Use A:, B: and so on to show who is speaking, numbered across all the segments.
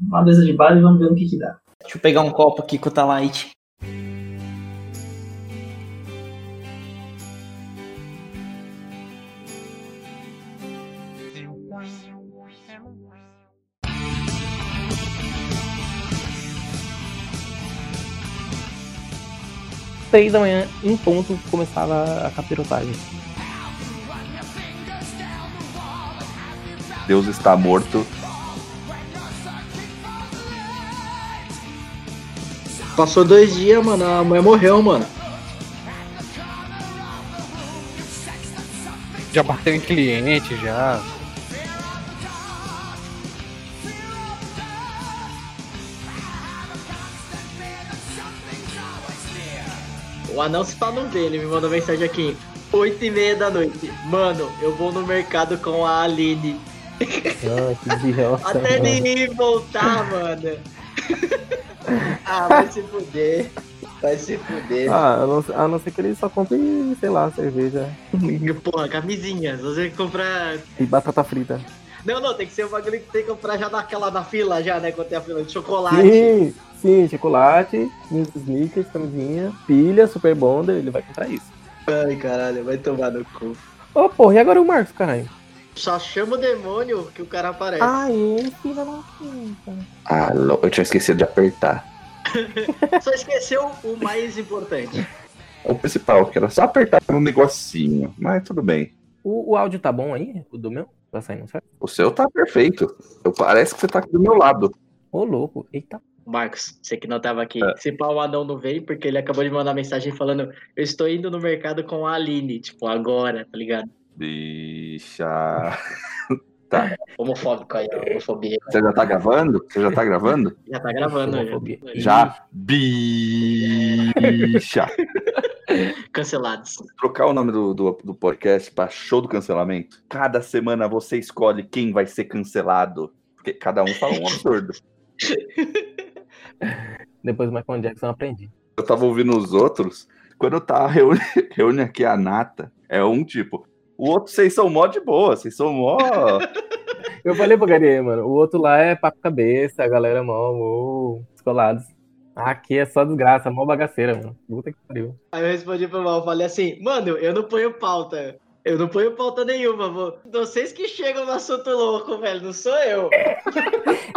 A: uma mesa de bar e vamos ver no que, que dá.
B: Deixa eu pegar um copo aqui com o Talite.
C: Três da manhã, em ponto, começava a capirotagem.
D: Deus está morto.
A: Passou dois dias, mano, a mulher morreu, mano.
E: Já bateu em cliente, já.
A: O anão se pá não vê, ele me mandou mensagem aqui. 8 e meia da noite. Mano, eu vou no mercado com a Aline.
C: Ah, que idiota,
A: Até
C: mano.
A: ele ir e voltar, mano. ah, vai se fuder. Vai se fuder.
C: Ah, a não, a não ser que ele só compre, sei lá, cerveja
A: Porra, camisinha. Você tem que comprar.
C: e batata frita.
A: Não, não, tem que ser um bagulho que tem que comprar já naquela na fila, já, né? Quando tem a fila de chocolate.
C: Sim, sim, chocolate, sneakers, camisinha, pilha, super bonder, ele vai comprar isso.
A: Ai, caralho, vai tomar no cu.
C: Ô, porra, e agora o Marcos, caralho?
A: Só chama o demônio que o cara aparece.
C: Aê, filha Ah, da puta.
D: Ah, lo- eu tinha esquecido de apertar.
A: Só esqueceu o mais importante.
D: O principal, que era só apertar no negocinho. Mas tudo bem.
C: O, o áudio tá bom aí? O do meu? Tá saindo, certo?
D: O seu tá perfeito. Eu, parece que você tá aqui do meu lado.
C: Ô, louco, eita.
A: Marcos, você que não tava aqui. Se pá, o anão não veio, porque ele acabou de mandar mensagem falando: Eu estou indo no mercado com a Aline, tipo, agora, tá ligado?
D: Bicha.
A: Homofóbico aí, ó, homofobia.
D: Você já tá gravando? Você já tá gravando?
A: Já tá gravando, já.
C: Homofobia.
D: Já. Bicha.
A: Cancelados.
D: Trocar o nome do, do, do podcast pra show do cancelamento. Cada semana você escolhe quem vai ser cancelado. Porque cada um fala um absurdo.
C: Depois o Michael Jackson eu aprendi.
D: eu tava ouvindo os outros, quando eu tava reuni, reúne aqui a Nata, é um tipo. O outro, vocês são mó de boa, vocês são mó.
C: Eu falei pro Gary, mano, o outro lá é papo cabeça, a galera é mó, mó, descolados. Aqui é só desgraça, mó bagaceira, mano. Puta que pariu.
A: Aí eu respondi pro mal, falei assim: Mano, eu não ponho pauta. Eu não ponho pauta nenhuma, vou. Vocês que chegam no assunto louco, velho, não sou eu.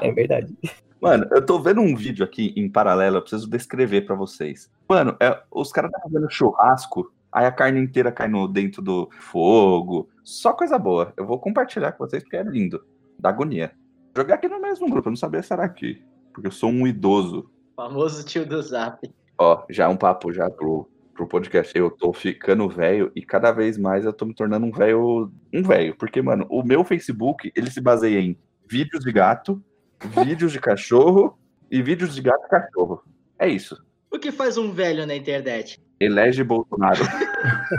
C: É verdade.
D: Mano, eu tô vendo um vídeo aqui em paralelo, eu preciso descrever pra vocês. Mano, é, os caras tá fazendo churrasco, aí a carne inteira cai no, dentro do fogo. Só coisa boa. Eu vou compartilhar com vocês porque é lindo. Da agonia. Jogar aqui no mesmo grupo, eu não sabia se era aqui. Porque eu sou um idoso.
A: Famoso tio do zap.
D: Ó, já um papo já pro, pro podcast. Eu tô ficando velho e cada vez mais eu tô me tornando um velho. Um velho. Porque, mano, o meu Facebook, ele se baseia em vídeos de gato, vídeos de cachorro e vídeos de gato e cachorro. É isso.
A: O que faz um velho na internet?
D: Elege Bolsonaro.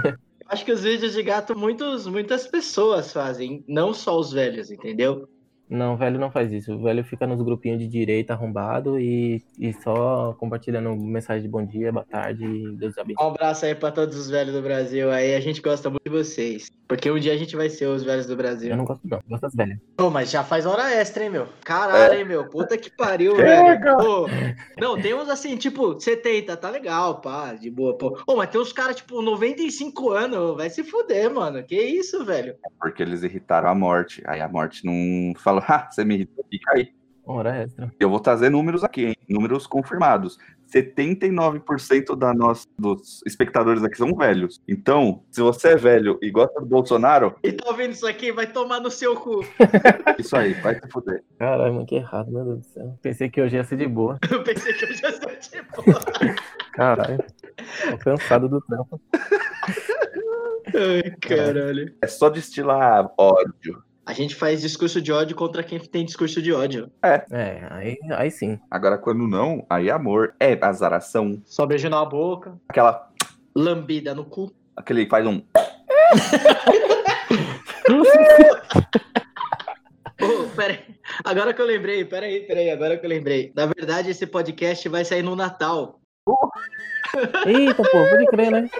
A: Eu acho que os vídeos de gato muitos, muitas pessoas fazem, não só os velhos, entendeu?
C: Não, o velho não faz isso. O velho fica nos grupinhos de direita arrombado e, e só compartilhando mensagem de bom dia, boa tarde, e Deus abençoe.
A: Um abraço aí pra todos os velhos do Brasil aí, a gente gosta muito de vocês, porque um dia a gente vai ser os velhos do Brasil.
C: Eu não gosto não, eu gosto das velhas.
A: Pô, mas já faz hora extra, hein, meu? Caralho, hein, meu? Puta que pariu, velho.
D: Chega!
A: Pô, não, tem uns assim, tipo, 70, tá legal, pá, de boa, pô. Ô, mas tem uns caras, tipo, 95 anos, vai se fuder, mano. Que isso, velho?
D: Porque eles irritaram a morte. Aí a morte não falou, ah, você me irritou, fica aí.
C: Hora é extra.
D: Eu vou trazer números aqui, hein? Números confirmados. 79% da nossa, dos espectadores aqui são velhos. Então, se você é velho e gosta do Bolsonaro,
A: E tá ouvindo isso aqui? Vai tomar no seu cu.
D: Isso aí, vai se fuder.
C: Caralho, mano, que errado, meu Deus do céu. Pensei que hoje ia ser de boa.
A: Eu pensei que eu já sou de boa.
C: Caralho. Tô cansado do trampo.
A: Ai, caralho.
D: É só destilar ódio.
A: A gente faz discurso de ódio contra quem tem discurso de ódio.
C: É, aí, aí sim.
D: Agora, quando não, aí é amor. É azaração.
A: Só beijo na boca,
D: Aquela.
A: lambida no cu.
D: Aquele que faz um.
A: Ô, pera aí. Agora que eu lembrei, pera aí, pera aí, agora que eu lembrei. Na verdade, esse podcast vai sair no Natal.
C: Eita, pô, pode crer, né?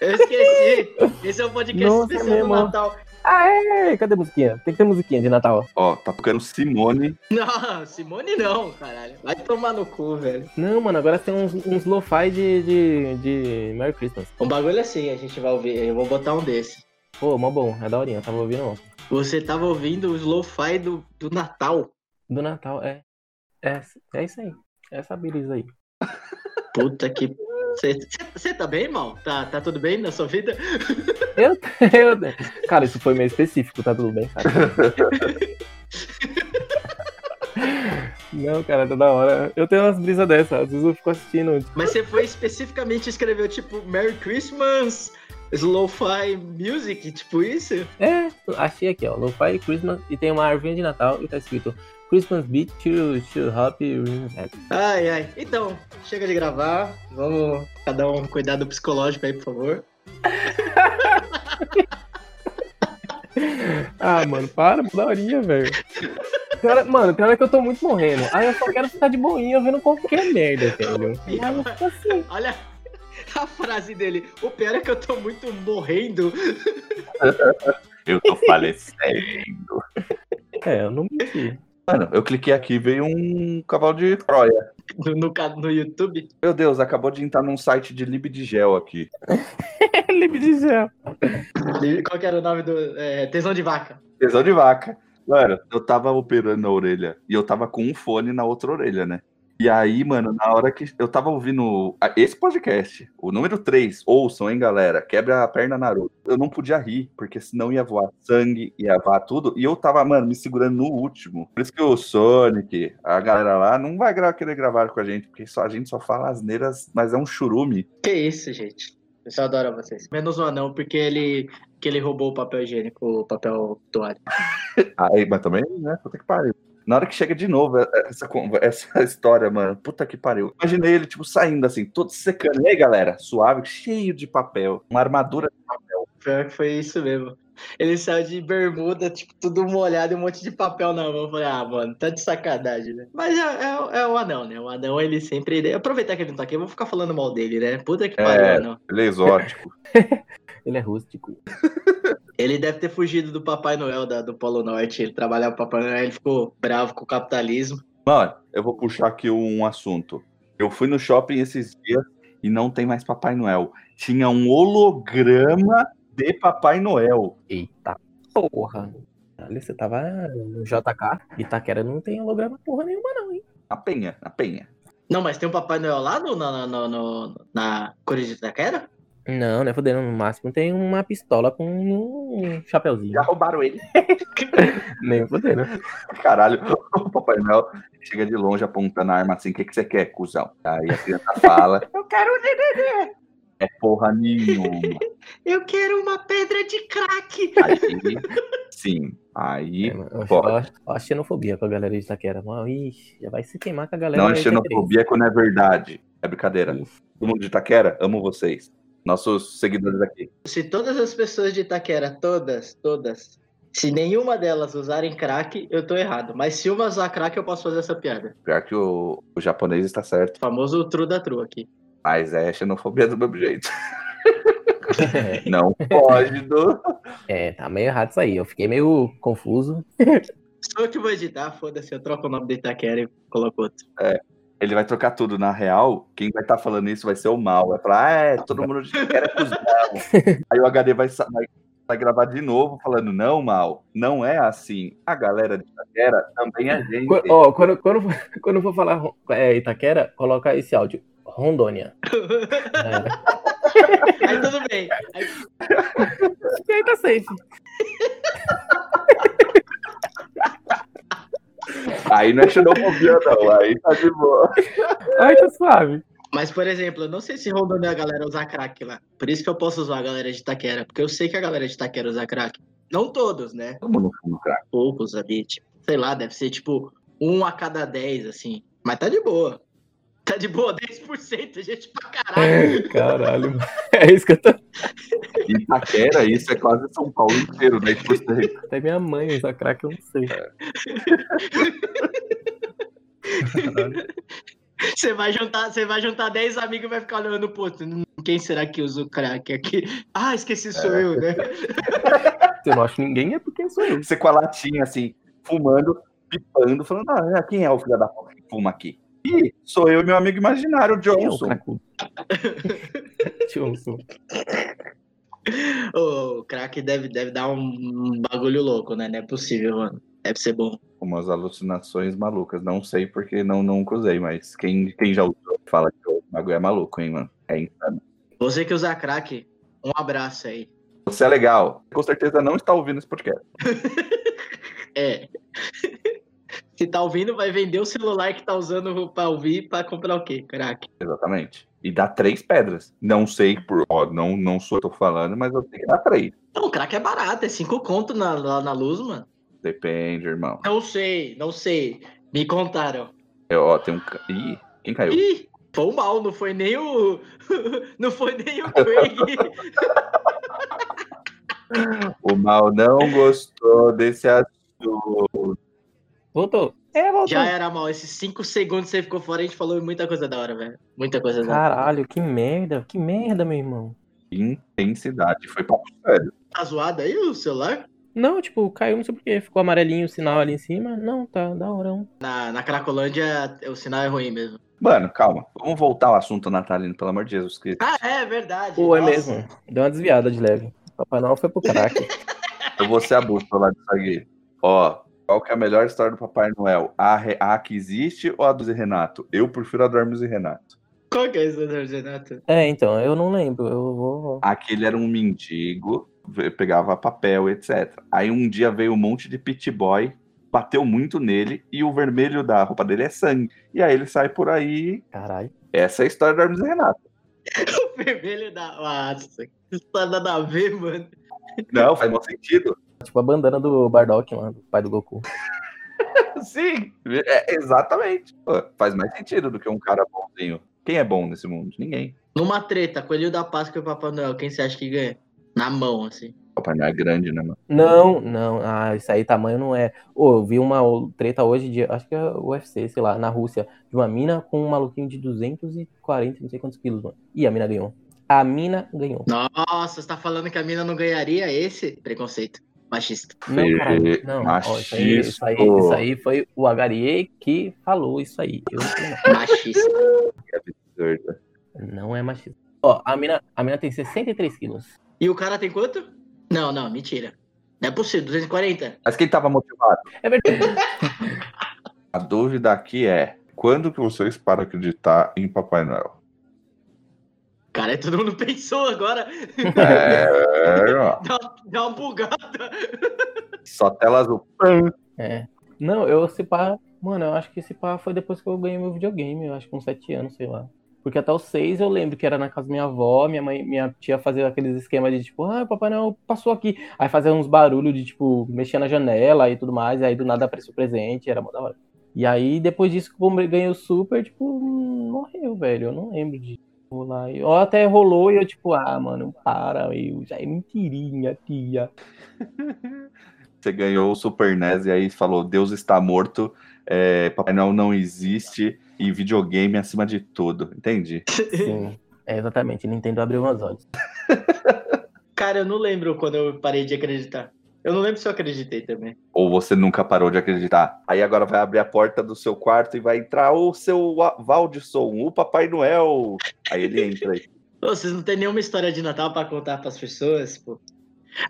A: Eu esqueci. Esse é um podcast
C: Nossa,
A: especial do
C: mesmo, ó.
A: Natal.
C: Aê, cadê a musiquinha? Tem que ter musiquinha de Natal.
D: Ó, tá tocando Simone.
A: Não, Simone não, caralho. Vai tomar no cu, velho.
C: Não, mano, agora tem uns, uns lo-fi de, de, de Merry Christmas.
A: Um bagulho assim, a gente vai ouvir. Eu vou botar um desse.
C: Pô, mó bom, é daorinha, tava ouvindo ontem.
A: Você tava ouvindo o lo-fi do, do Natal.
C: Do Natal, é. É, é isso aí. É essa beleza aí.
A: Puta que. Você tá bem, mal? Tá, tá tudo bem na sua vida?
C: Eu, eu, cara, isso foi meio específico, tá tudo bem, cara? Não, cara, tá da hora. Eu tenho umas brisas dessa, às vezes eu fico assistindo. tipo,
A: Mas você foi especificamente escreveu, tipo, Merry Christmas, Slow-Fi Music, tipo isso?
C: É, achei aqui, ó. Lo-Fi Christmas e tem uma árvore de Natal e tá escrito Christmas Beat to, to Happy Christmas.
A: Ai, ai. Então, chega de gravar. Vamos cada um cuidado psicológico aí, por favor.
C: Ah, mano, para, daorinha, velho. Tem hora- Mano, tem hora que eu tô muito morrendo. Aí eu só quero ficar de boinha vendo qualquer merda, velho. Mas eu fico assim.
A: Olha a frase dele. O pior é que eu tô muito morrendo.
D: Eu tô falecendo.
C: É, eu não menti.
D: Mano, eu cliquei aqui e veio um cavalo de Troia.
A: No, no, ca- no YouTube.
D: Meu Deus, acabou de entrar num site de Libdigel aqui.
C: Ele me dizia.
A: Qual que era o nome do. É, tesão de vaca.
D: Tesão de vaca. Mano, eu tava operando a orelha e eu tava com um fone na outra orelha, né? E aí, mano, na hora que eu tava ouvindo a- esse podcast, o número 3, ouçam, hein, galera, quebra a perna Naruto. Eu não podia rir, porque senão ia voar sangue, ia voar tudo, e eu tava, mano, me segurando no último. Por isso que o Sonic, a galera lá, não vai gra- querer gravar com a gente, porque só, a gente só fala asneiras, mas é um churume.
A: Que isso, gente. O pessoal adora vocês. Menos o anão, porque ele, que ele roubou o papel higiênico, o papel toalha.
D: Aí, mas também, né? Puta que pariu. Na hora que chega de novo é- é- essa, con- essa história, mano, puta que pariu. Imaginei ele, tipo, saindo assim, todo secando. E aí, galera, suave, cheio de papel. Uma armadura.
A: Pior que foi isso mesmo. Ele saiu de bermuda, tipo, tudo molhado e um monte de papel na mão. Eu falei, ah, mano, tá de sacanagem, né? Mas é, é- é o anão, né? O anão, ele sempre. ele- Aproveitar que ele não tá aqui, eu vou ficar falando mal dele, né? Puta que
D: É.
A: pariu, anão.
D: Ele é exótico.
C: Ele é rústico.
A: Ele deve ter fugido do Papai Noel da- do Polo Norte. Ele trabalhava pro Papai Noel, ele ficou bravo com o capitalismo.
D: Mano, eu vou puxar aqui um assunto. Eu fui no shopping esses dias e não tem mais Papai Noel. Tinha um holograma de Papai Noel.
C: Eita porra. Ali você tava no JK. Itaquera não tem holograma porra nenhuma, não, hein?
D: Na penha, na penha.
A: Não, mas tem um Papai Noel lá no, na, na, na, na Coreia de Itaquera?
C: Não, né? Fudendo. No máximo tem uma pistola com um chapeuzinho.
D: Já roubaram ele.
C: Nem fudendo.
D: Caralho, o Papai Noel chega de longe apontando a arma assim: o que, que você quer, cuzão? Aí a criança fala: Eu quero um nenê! É porra nenhuma.
A: Eu quero uma pedra de crack!
D: Aí, sim, aí.
C: É, mano, eu acho-
D: pode.
C: eu acho- eu acho xenofobia com a galera de Itaquera. Mano, ixi, já vai se queimar com a galera
D: Não é
C: de Itaquera.
D: xenofobia quando é verdade. É brincadeira.
C: Isso.
D: Todo mundo de Itaquera, amo vocês. Nossos seguidores aqui.
A: Se todas as pessoas de Itaquera, todas, todas, se nenhuma delas usarem crack, eu tô errado. Mas se uma usar crack, eu posso fazer essa piada.
D: Pior que o, o japonês está certo.
A: O famoso true da true aqui.
D: Mas é xenofobia do mesmo jeito.
C: É,
D: Não pode do.
C: É, tá meio errado isso aí. Eu fiquei meio confuso.
A: Sou eu que vou editar, foda-se, eu troco o nome de Itaquera e coloco outro.
D: Ele vai trocar tudo. Na real, quem vai estar falando isso vai ser o mal. Vai falar, ah, é, todo mundo de Itaquera é cuzão. Aí o HD vai, sa- vai, vai gravar de novo, falando, não, mal, não é assim. A galera de Itaquera também é gente.
C: Qu- Ó, quando, quando, quando eu for falar Ro- é, Itaquera, coloca esse áudio. Rondônia. É.
A: Aí tudo bem. Aí
C: E aí tá safe.
D: Aí não é xenofobia, não. Aí tá de boa.
C: Ai, tá suave.
A: Mas, por exemplo, eu não sei se Rondônia a galera usa crack lá. Por isso que eu posso usar a galera de Itaquera, porque eu sei que a galera de Itaquera usa crack. Não todos, né?
D: Todo mundo fuma crack.
A: Poucos ali, tipo, sei lá, deve ser tipo um a cada dez, assim. Mas tá de boa. Tá de boa, 10%, gente, pra caralho.
C: Caralho. É isso que eu tô.
D: Em Itaquera, isso é quase São Paulo inteiro, né? Tipo, 10%.
C: Até minha mãe usa crack, eu não sei. Caralho.
A: Você vai juntar, você vai juntar 10 amigos e vai ficar olhando, pô, tu- quem será que usa o crack aqui? Ah, esqueci, sou eu, né?
C: Se eu não acho ninguém, é porque sou eu.
D: Você com a latinha, assim, fumando, pipando, falando, ah, quem é o filho da puta que fuma aqui? Ih, sou eu e meu amigo imaginário,
C: Quem é o
D: Johnson.
C: cracudo? Johnson.
A: Ô, o crack deve, deve dar um- um bagulho louco, né? Não é possível, mano. Deve ser bom.
D: Umas alucinações malucas. Não sei porque não, não cruzei, mas quem, quem já usou fala que o bagulho é maluco, hein, mano. É insano.
A: Você que usa crack, um abraço aí.
D: Você é legal. Com certeza não está ouvindo esse podcast.
A: É. Se tá ouvindo, vai vender o celular que tá usando pra ouvir pra comprar o quê? Crack.
D: Exatamente. E dá três pedras. Não sei por. Ó, não, não sou eu que tô falando, mas eu sei que dá três.
A: Não, crack é barato, é cinco conto na, lá na luz, mano.
D: Depende, irmão.
A: Não sei, não sei. Me contaram.
D: É, ó, tem um. ca- Ih, quem caiu?
A: Ih, foi o mal, não foi nem o. não foi nem o Craig.
D: O mal não gostou desse assunto.
C: Voltou. É, voltou.
A: Já era mal. Esses cinco segundos que você ficou fora, a gente falou muita coisa da hora, velho. Muita coisa da hora.
C: Caralho, que merda. Que merda, meu irmão.
D: Intensidade. Foi papo sério.
A: Tá zoado aí o celular?
C: Não, tipo, caiu, não sei porquê. Ficou amarelinho o sinal ali em cima. Não, tá, da hora. um.
A: Na, Ah, na Cracolândia o sinal é ruim mesmo.
D: Mano, calma. Vamos voltar ao assunto natalino, pelo amor de Jesus Cristo.
A: Ah, é verdade.
C: Pô, é
A: Nossa.
C: mesmo. Deu uma desviada de leve. Papai Noel foi pro crack.
D: Eu vou ser a bússola disso aqui. Ó, qual que é a melhor história do Papai Noel? A, re- a que existe ou a do Zé Renato? Eu prefiro a do Hermes e Renato.
A: Qual que é isso, Dr. Renato?
C: é, então, eu não lembro. Eu vou.
D: Aquele era um mendigo, ve- pegava papel, etc. Aí um dia veio um monte de pit boy, bateu muito nele e o vermelho da roupa dele é sangue. E aí ele sai por aí.
C: Caralho.
D: Essa é a história do Hermes e Renato.
A: O vermelho da. Ah, Nossa, que história nada a ver, mano.
D: Não, faz mau sentido.
C: Tipo a bandana do Bardock lá, do pai do Goku.
D: Sim, é, exatamente. Pô, faz mais sentido do que um cara bonzinho. Quem é bom nesse mundo? Ninguém.
A: Numa treta, Coelho da Páscoa e o Papai Noel, quem você acha que ganha? Na mão, assim.
D: Papai Noel é grande, né, mano?
C: Não, não. Ah, isso aí tamanho não é. Ô, eu vi uma treta hoje de, acho que é UFC, sei lá, na Rússia, de uma mina com um maluquinho de 240, não sei quantos quilos, mano. E a mina ganhou. A mina ganhou.
A: Nossa, você tá falando que a mina não ganharia esse? Preconceito. Machista.
C: Não, caralho, não. Ó, isso aí, isso aí,
D: Machista.
C: isso aí foi o Agarie que falou isso aí. Eu não sei não.
A: Machista.
D: Absurdo.
C: Não é machista. Ó, a mina, a mina tem 63 quilos.
A: E o cara tem quanto? Não, não, mentira. Não é possível, 240?
D: Mas quem tava motivado?
C: É verdade.
D: A dúvida aqui é: quando que vocês param de acreditar em Papai Noel?
A: Cara, todo mundo pensou agora.
D: É, ó,
A: Dá, dá um uma bugada.
D: só tela azul.
C: É. Não, eu se pá. Mano, eu acho que esse pá foi depois que eu ganhei meu videogame, eu acho que com 7 anos, sei lá. Porque até os 6 eu lembro que era na casa da minha avó, minha mãe, minha tia fazia aqueles esquemas de tipo, ah, Papai Noel passou aqui. Aí fazia uns barulhos de tipo, mexer na janela e tudo mais, e aí do nada apareceu o presente, era mó da hora. E aí depois disso que eu ganhei o super, tipo, hum, morreu, velho, eu não lembro de rolar. Ou até rolou e eu tipo, ah, mano, para, eu já é mentirinha, tia.
D: Você ganhou o Super NES e aí falou: Deus está morto, é, Papai Noel não existe e videogame acima de tudo. Entendi.
C: Sim, é exatamente, Nintendo abriu meus olhos.
A: Cara, eu não lembro quando eu parei de acreditar. Eu não lembro se eu acreditei também.
D: Ou você nunca parou de acreditar. Aí agora vai abrir a porta do seu quarto e vai entrar o seu Wa- Valdisson, o Papai Noel. Aí ele entra aí.
A: Ô, vocês não têm nenhuma história de Natal pra contar pras pessoas, pô.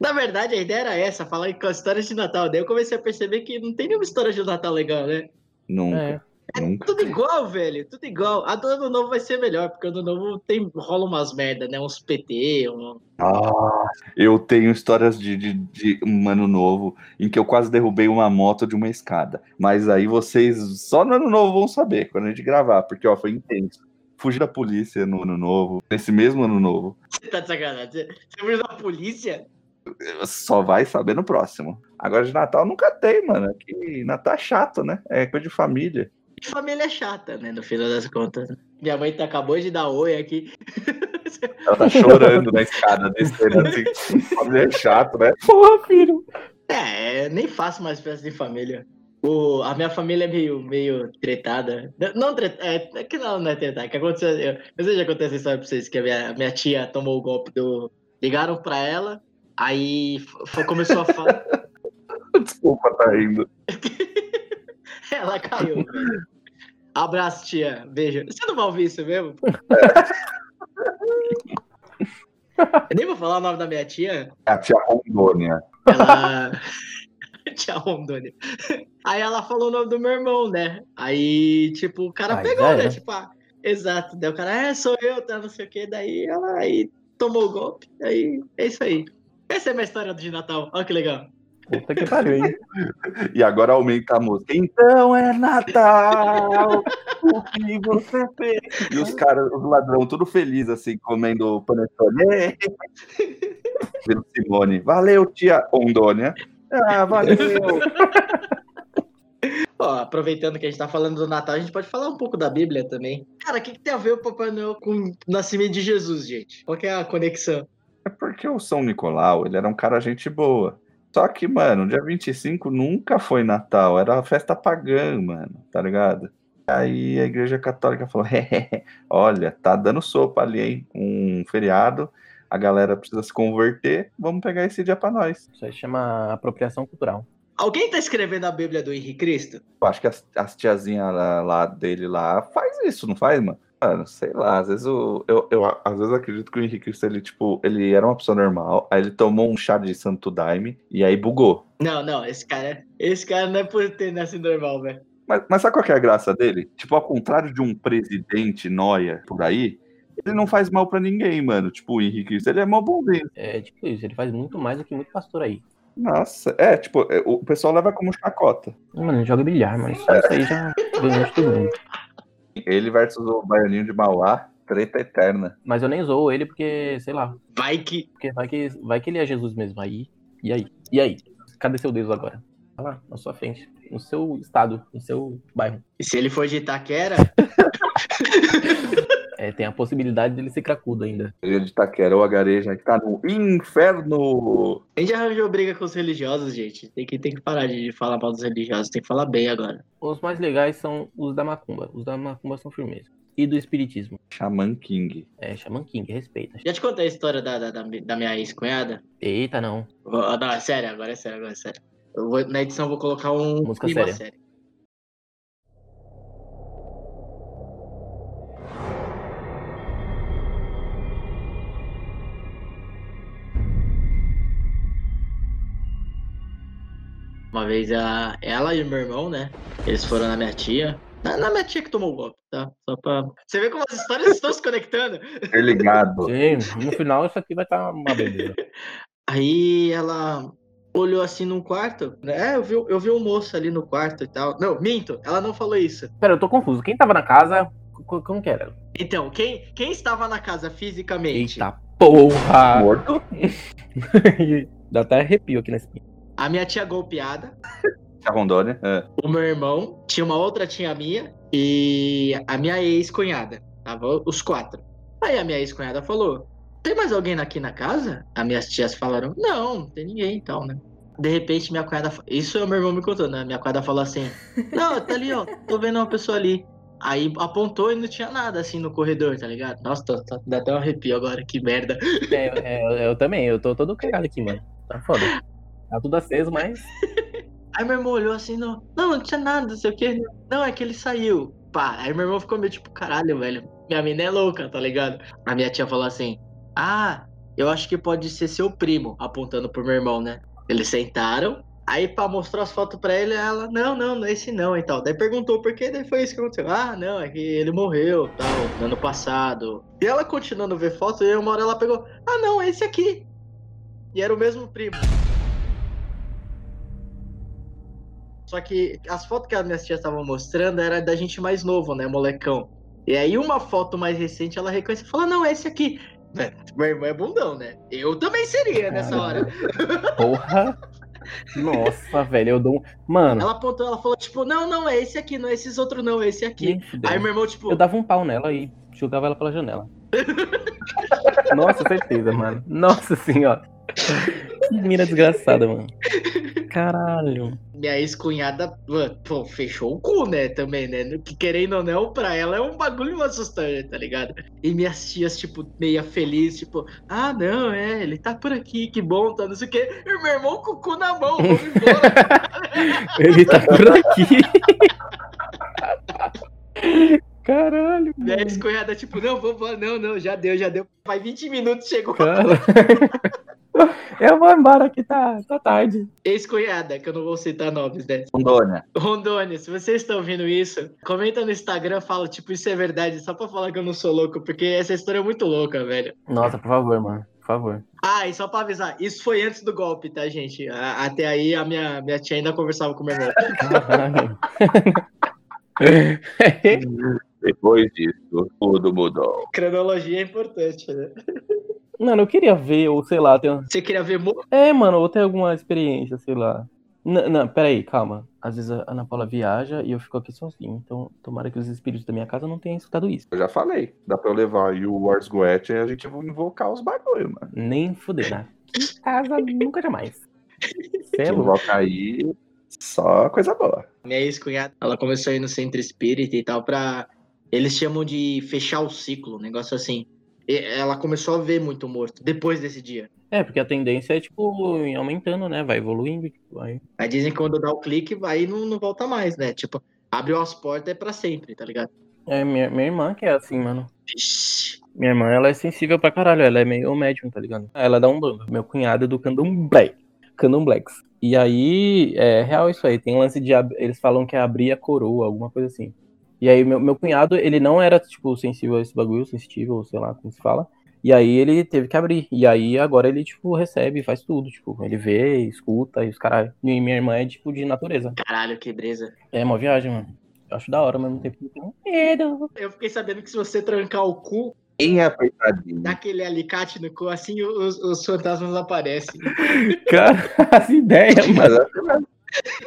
A: Na verdade, a ideia era essa, falar com histórias de Natal. Daí eu comecei a perceber que não tem nenhuma história de Natal legal, né?
C: É.
D: Nunca. Nunca.
A: Tudo igual, velho. Tudo igual. A do ano novo vai ser melhor, porque ano novo tem, rola umas merda, né? Uns PT, um...
D: Ah, eu tenho histórias de, de, de um ano novo em que eu quase derrubei uma moto de uma escada. Mas aí vocês só no ano novo vão saber quando a gente gravar, porque ó, foi intenso. Fugi da polícia no ano novo, nesse mesmo ano novo.
A: Você tá de sacanagem. Você você fugiu da polícia?
D: Só vai saber no próximo. Agora de Natal nunca tem, mano. É Que Natal é chato, né? É coisa de família.
A: E família é chata, né? No final das contas. Minha mãe tá, acabou de dar oi aqui.
D: Ela tá chorando na escada, descendo assim. Família é chato, né?
C: Porra, filho.
A: É, eu nem faço mais festa de família. O, a minha família é meio, meio tretada. Não, Não tretada, é, é que não, não é tretada. Que aconteceu, eu, eu sei já aconteceu essa história pra vocês, que a minha, a minha tia tomou o golpe do... Ligaram pra ela, Aí f- f- começou a falar.
D: Desculpa, tá indo.
A: Ela caiu. Abraço, tia. Beijo. Você não vai ouvir isso mesmo? Eu nem vou falar o nome da minha tia.
D: A tia Rondônia.
A: Ela. Tia Rondônia. Aí ela falou o nome do meu irmão, né? Aí, tipo, o cara
C: Aí
A: pegou,
C: já
A: né?
C: era.
A: Tipo, ah, exato. Daí o cara, é, sou eu, tá, não sei o quê. Daí ela aí tomou o golpe. Aí, é isso aí. Essa é a minha história de Natal. Olha que legal.
C: Puta que pariu, hein?
D: E agora aumenta a música. Então é Natal! o que você fez? E os caras, os ladrão, tudo feliz, assim, comendo panetone. Vendo Simone. Valeu, tia Ondônia. Ah, valeu.
A: Ó, aproveitando que a gente tá falando do Natal, a gente pode falar um pouco da Bíblia também. Cara, o que, que tem a ver o Papai Noel com o nascimento de Jesus, gente? Qual que é a conexão?
D: É porque o São Nicolau, ele era um cara gente boa. Só que, mano, dia 25 nunca foi Natal, era uma festa pagã, mano, tá ligado? Aí a Igreja Católica falou: olha, tá dando sopa ali, hein? Um feriado, a galera precisa se converter, vamos pegar esse dia pra nós.
C: Isso aí chama apropriação cultural.
A: Alguém tá escrevendo a Bíblia do Henrique Cristo?
D: Eu acho que as, as tiazinhas lá, lá dele lá faz isso, não faz, mano? Mano, sei lá, às vezes o- eu, eu, às vezes eu acredito que o Henrique Cristo, ele, tipo, ele era uma pessoa normal, aí ele tomou um chá de santo daime e aí bugou.
A: Não, não, esse cara, esse cara não é por ter nascido normal, velho.
D: Mas, mas sabe qual que é a graça dele? Tipo, ao contrário de um presidente noia por aí, ele não faz mal pra ninguém, mano. Tipo, o Henrique Cristo, ele é mó bonzinho.
C: É tipo isso, ele faz muito mais do que muito pastor aí.
D: Nossa, é, tipo, é, o pessoal leva como chacota.
C: Mano, ele joga bilhar, mano. Isso, isso aí já ganhou de todo mundo.
D: Ele versus o Baianinho de Mauá, treta eterna.
C: Mas eu nem zoo ele porque, sei lá,
A: Vai que.
C: porque vai que, vai que ele é Jesus mesmo. Aí, e aí? E aí? Cadê seu Deus agora? Tá lá, na sua frente, no seu estado, no seu bairro.
A: E se ele for de Itaquera,
C: É, tem a possibilidade dele ser cracudo ainda.
D: Ele é de Taquera, o Agareja, que tá no inferno.
A: a gente arranjou briga com os religiosos, gente. Tem que, tem que parar de falar mal dos religiosos, tem que falar bem agora.
C: Os mais legais são os da macumba. Os da macumba são firmeza. E do espiritismo.
D: Xamã King.
C: É, Xamã King, respeita.
A: Já te contei a história da, da, da, da minha ex-cunhada?
C: Eita, não.
A: Ó, Não, é sério, agora é sério, agora é sério. Eu vou- na edição eu vou colocar um
C: Música
A: clima
C: séria.
A: sério. Uma vez a, ela e o meu irmão, né? Eles foram na minha tia. Na, na minha tia que tomou o golpe, tá? Só pra. Você vê como as histórias estão se conectando.
D: Interligado.
C: Sim, no final isso aqui vai estar uma beleza.
A: Aí ela olhou assim num quarto. né? É, eu vi, eu vi um moço ali no quarto e tal. Não, minto, ela não falou isso.
C: Pera, eu tô confuso. Quem tava na casa, co- co- como que era?
A: Então, quem, quem estava na casa fisicamente?
C: Eita porra!
D: Morto.
C: Dá até arrepio aqui na espinha.
A: A minha tia golpeada,
D: Tia Rondônia. é.
A: o meu irmão, tinha uma outra tia minha e a minha ex-cunhada. Tava os quatro. Aí a minha ex-cunhada falou: Tem mais alguém aqui na casa? As minhas tias falaram: Não, não tem ninguém e tal, né? De repente, minha cunhada. fa- Isso é o meu irmão me contando, né? Minha cunhada falou assim: Não, tá ali, ó. Tô vendo uma pessoa ali. Aí apontou e não tinha nada assim no corredor, tá ligado? Nossa, tô- tô- dá até um arrepio agora, que merda.
C: É, é, eu- eu também, eu tô todo cagado aqui, mano. Tá foda. Tá tudo aceso, mas.
A: Aí meu irmão olhou assim, não, não, não tinha nada, não sei o quê. Não, é que ele saiu. Pá, aí meu irmão ficou meio tipo, caralho, velho, minha mina é louca, tá ligado? A minha tia falou assim, ah, eu acho que pode ser seu primo, apontando pro meu irmão, né? Eles sentaram, aí pá, mostrou as fotos pra ele, ela, não, não, não é esse não e tal. Daí perguntou por quê, daí foi isso que aconteceu. Ah, não, é que ele morreu, tal, no ano passado. E ela continuando a ver fotos, e uma hora ela pegou, ah, não, é esse aqui. E era o mesmo primo. Só que as fotos que as minhas tias estavam mostrando era da gente mais novo, né, molecão. E aí uma foto mais recente ela reconhece e fala, não, é esse aqui. Né, Meu irmão é bundão, né? Eu também seria nessa hora.
C: Porra! Nossa, velho, eu dou um. Mano,
A: Ela apontou, ela falou, tipo, não, não, é esse aqui, não é esses outros não, é esse aqui.
C: nem fudeu.
A: Aí meu irmão, tipo,
C: Eu dava um pau nela e jogava ela pela janela. Nossa, certeza, mano. Nossa senhora. Que mira desgraçada, mano. caralho.
A: Minha ex-cunhada, mano, pô, fechou o cu, né? Também, né? Que querendo ou não, pra ela é um bagulho assustante, tá ligado? E minhas tias, tipo, meia feliz, tipo, ah, não, é, ele tá por aqui, que bom, tá, não sei o quê. E meu irmão com o cu na mão, vamos embora.
C: Ele tá por aqui. Caralho,
A: minha ex-cunhada, tipo, não, vovó, não, não, já deu, já deu. Faz 20 minutos, chegou.
C: cara. Eu vou embora que tá, tá tarde.
A: Ex-cunhada, que eu não vou citar nomes, né?
D: Rondônia.
A: Rondônia, se vocês estão ouvindo isso, comenta no Instagram, fala, tipo, isso é verdade, só pra falar que eu não sou louco, porque essa história é muito louca, velho.
C: Nossa, por favor, mano. Por favor.
A: Ah, e só pra avisar, isso foi antes do golpe, tá, gente? A- até aí a minha, minha tia ainda conversava com meu irmão.
C: Caralho.
D: Depois disso, tudo mudou.
A: Cronologia é importante, né?
C: Mano, eu queria ver, ou sei lá, tem... um-
A: Você queria ver mo-
C: É, mano, ou tem alguma experiência, sei lá. Não, não, peraí, calma. Às vezes a Ana Paula viaja e eu fico aqui sozinho. Então, tomara que os espíritos da minha casa não tenham escutado isso.
D: Eu já falei. Dá pra eu levar aí o Wars Goethe e a gente vai invocar os bagulho, mano.
C: Nem fuder, né? Que casa nunca jamais. Cê
D: Se
C: é louco.
D: invocar aí, só coisa boa.
A: minha ex-cunhada. Ela começou a ir no centro espírita e tal, pra. Eles chamam de fechar o ciclo, um negócio assim. E ela começou a ver muito morto depois desse dia.
C: É, porque a tendência é, tipo, ir aumentando, né? Vai evoluindo. Tipo, aí...
A: Aí dizem que quando dá o clique, aí não, não volta mais, né? Tipo, abriu as portas é pra sempre, tá ligado?
C: É, minha, minha irmã que é assim, mano.
A: Ixi,
C: Minha irmã, ela é sensível pra caralho, ela é meio médium, tá ligado? Ela dá um bando. Meu cunhado é do candomblé. Candomblex. E aí, é real isso aí, tem lance de, ab- eles falam que é abrir a coroa, alguma coisa assim. E aí, meu, meu cunhado, ele não era, tipo, sensível a esse bagulho, sensitivo, sei lá como se fala. E aí, ele teve que abrir. E aí, agora ele, tipo, recebe, faz tudo, tipo, ele vê, escuta e os caralho. E minha irmã é, tipo, de natureza.
A: Caralho, que brisa.
C: É uma viagem, mano. Eu acho da hora, mas ao mesmo tempo. eu tenho medo.
A: Eu fiquei sabendo que se você trancar o cu,
D: Bem é apertadinho.
A: dá aquele alicate no cu, assim os, os fantasmas aparecem.
C: Cara, as ideias, mano.
D: Mas é assim mesmo.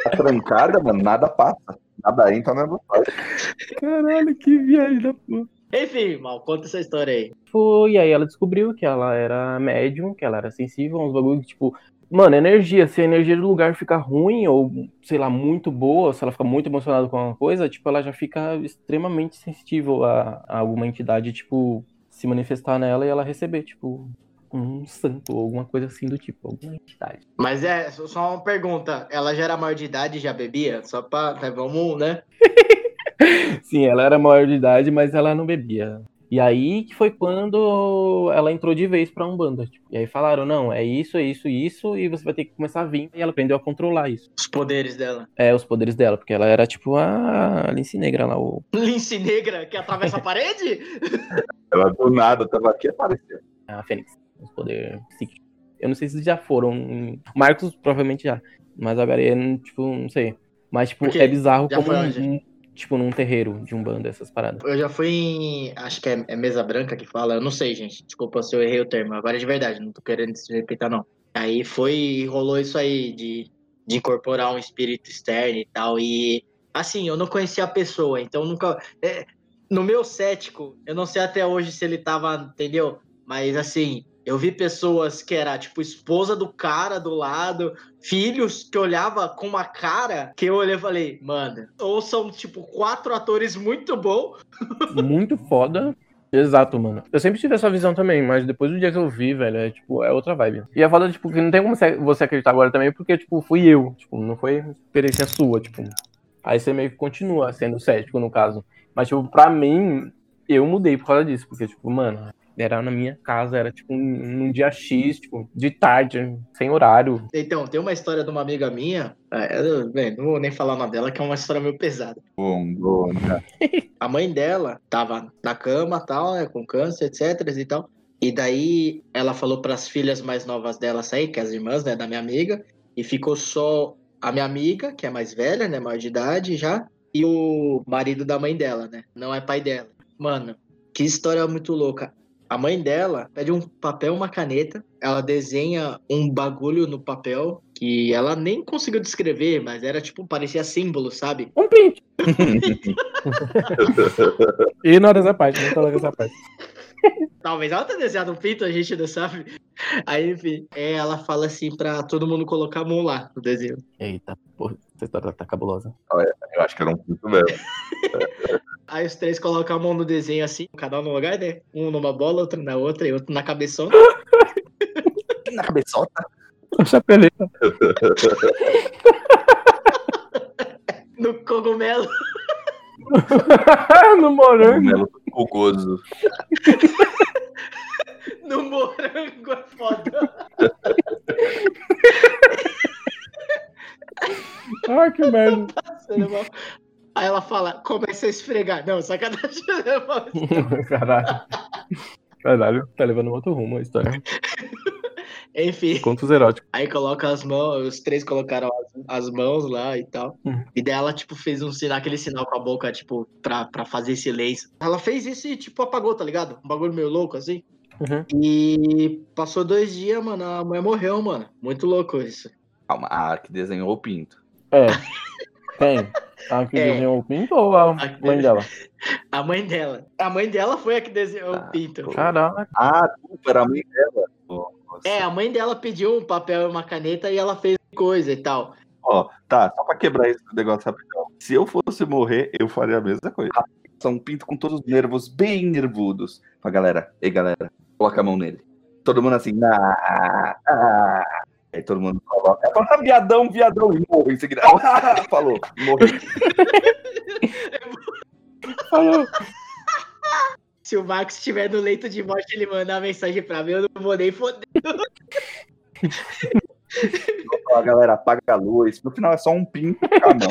D: Tá trancada, mano, nada passa. Nada então entra, nada sai.
C: Caralho, que viagem da porra.
A: Enfim, mal, conta essa história aí.
C: Foi, aí ela descobriu que ela era médium, que ela era sensível, uns bagulho que, tipo, mano, energia, se a energia do lugar fica ruim, ou, sei lá, muito boa, se ela fica muito emocionada com alguma coisa, tipo, ela já fica extremamente sensível a, a alguma entidade, tipo, se manifestar nela e ela receber, tipo, um santo, ou alguma coisa assim do tipo, alguma entidade.
A: Mas é, só- só uma pergunta. Ela já era maior de idade e já bebia? Só pra. né, vamos, né?
C: Sim, ela era maior de idade, mas ela não bebia. E aí que foi quando ela entrou de vez pra Umbanda. Tipo, e aí falaram, não, é isso, é isso, isso, e você vai ter que começar a vir. E ela aprendeu a controlar isso.
A: Os poderes dela.
C: É, os poderes dela, porque ela era tipo a Lince Negra lá. O...
A: Lince negra que atravessa a parede?
D: Ela do nada tava aqui e apareceu.
C: A Fênix. Os poderes psíquicos. Eu não sei se já foram. Marcos provavelmente já. Mas a Garia, tipo, não sei. Mas, tipo,
A: Ok,
C: é bizarro
A: já
C: como
A: foi
C: um-
A: onde?
C: um- tipo, num terreiro de Umbanda, essas paradas.
A: Eu já fui em. Acho que é, é mesa branca que fala. Eu não sei, gente. Desculpa se eu errei o termo. Agora é de verdade, não tô querendo se repetir, não. Aí foi e rolou isso aí de, de incorporar um espírito externo e tal. E assim, eu não conhecia a pessoa, então nunca. é, no meu cético, eu não sei até hoje se ele tava, entendeu? Mas assim, eu vi pessoas que era tipo esposa do cara do lado, filhos que olhava com uma cara que eu olhei e falei, mano, ou são tipo quatro atores muito bons,
C: muito foda. Exato, mano. Eu sempre tive essa visão também, mas depois do dia que eu vi, velho, é tipo, é outra vibe. E é foda, tipo, que não tem como você- você acreditar agora também, porque, tipo, fui eu. Tipo, não foi experiência sua, tipo. Aí você meio que continua sendo cético, no caso. Mas, tipo, pra mim, eu mudei por causa disso. Porque, tipo, mano, era na minha casa, era, tipo, num dia X, tipo, de tarde, sem horário.
A: Então, tem uma história de uma amiga minha, é, eu, bem, não vou nem falar o nome dela, que é uma história meio pesada.
D: Rondônia.
A: A mãe dela tava na cama, tal, né, com câncer, etc e tal. E daí ela falou para as filhas mais novas dela sair, que é as irmãs, né, da minha amiga, e ficou só a minha amiga, que é mais velha, né, maior de idade já, e o marido da mãe dela, né? Não é pai dela. Mano, que história muito louca. A mãe dela pede um papel, uma caneta, ela desenha um bagulho no papel que ela nem conseguiu descrever, mas era tipo, parecia símbolo, sabe?
C: Um print! Ignora essa parte, não coloca essa parte.
A: Talvez ela tenha desenhado um pinto, a gente não sabe. Aí, enfim, é, ela fala assim pra todo mundo colocar a mão lá no desenho.
C: Eita, porra, essa história tá cabulosa.
D: Eu acho que era um pinto mesmo.
A: Aí os três colocam a mão no desenho assim, cada um no lugar, né? Um numa bola, outro na outra e outro na cabeçona.
D: Na cabeçota.
E: O chapeleta.
A: No cogumelo.
C: no morango.
D: Melo um fogoso.
A: No morango é foda.
C: Ai, Ah, que merda.
A: Passando mal. Aí ela fala, é começa a esfregar. Não, sacanagem. é
C: Caralho. Caralho, tá levando outro rumo a história.
A: Enfim.
C: Contos eróticos.
A: Aí coloca as mãos, os três colocaram as, as mãos lá e tal.
C: Uhum.
D: Hum.
A: E daí ela, tipo, fez um sinal, aquele sinal com a boca, tipo, pra, pra fazer silêncio. Ela fez isso e, tipo, apagou, tá ligado? Um bagulho meio louco, assim.
C: Uhum.
A: E passou dois dias, mano, a mulher morreu, mano. Muito louco isso.
D: Calma, a que desenhou o pinto.
C: É. Tem. A que
A: É.
C: desenhou o pinto ou a
A: A que
C: mãe dela?
A: A mãe dela. A mãe dela foi a que desenhou
D: Ah,
A: o pinto.
D: pô.
C: Caraca.
D: Ah, desculpa, era a mãe dela. Nossa.
A: É, a mãe dela pediu um papel e uma caneta e ela fez coisa e tal.
D: Ó, tá, só pra quebrar esse negócio rapidão. Se eu fosse morrer, eu faria a mesma coisa. São um pinto com todos os nervos bem nervudos. Fala, galera, ei, galera, coloca a mão nele. Todo mundo assim, ah, ah. Aí todo mundo coloca. Fala, ah, viadão, viadão, e morro em seguida. Ah, falou, morreu.
C: Falou.
A: Se o Max estiver no leito de morte, ele mandar mensagem pra mim, eu não vou nem foder.
D: Fala, galera, apaga a luz. No final é só um pinto com a mão.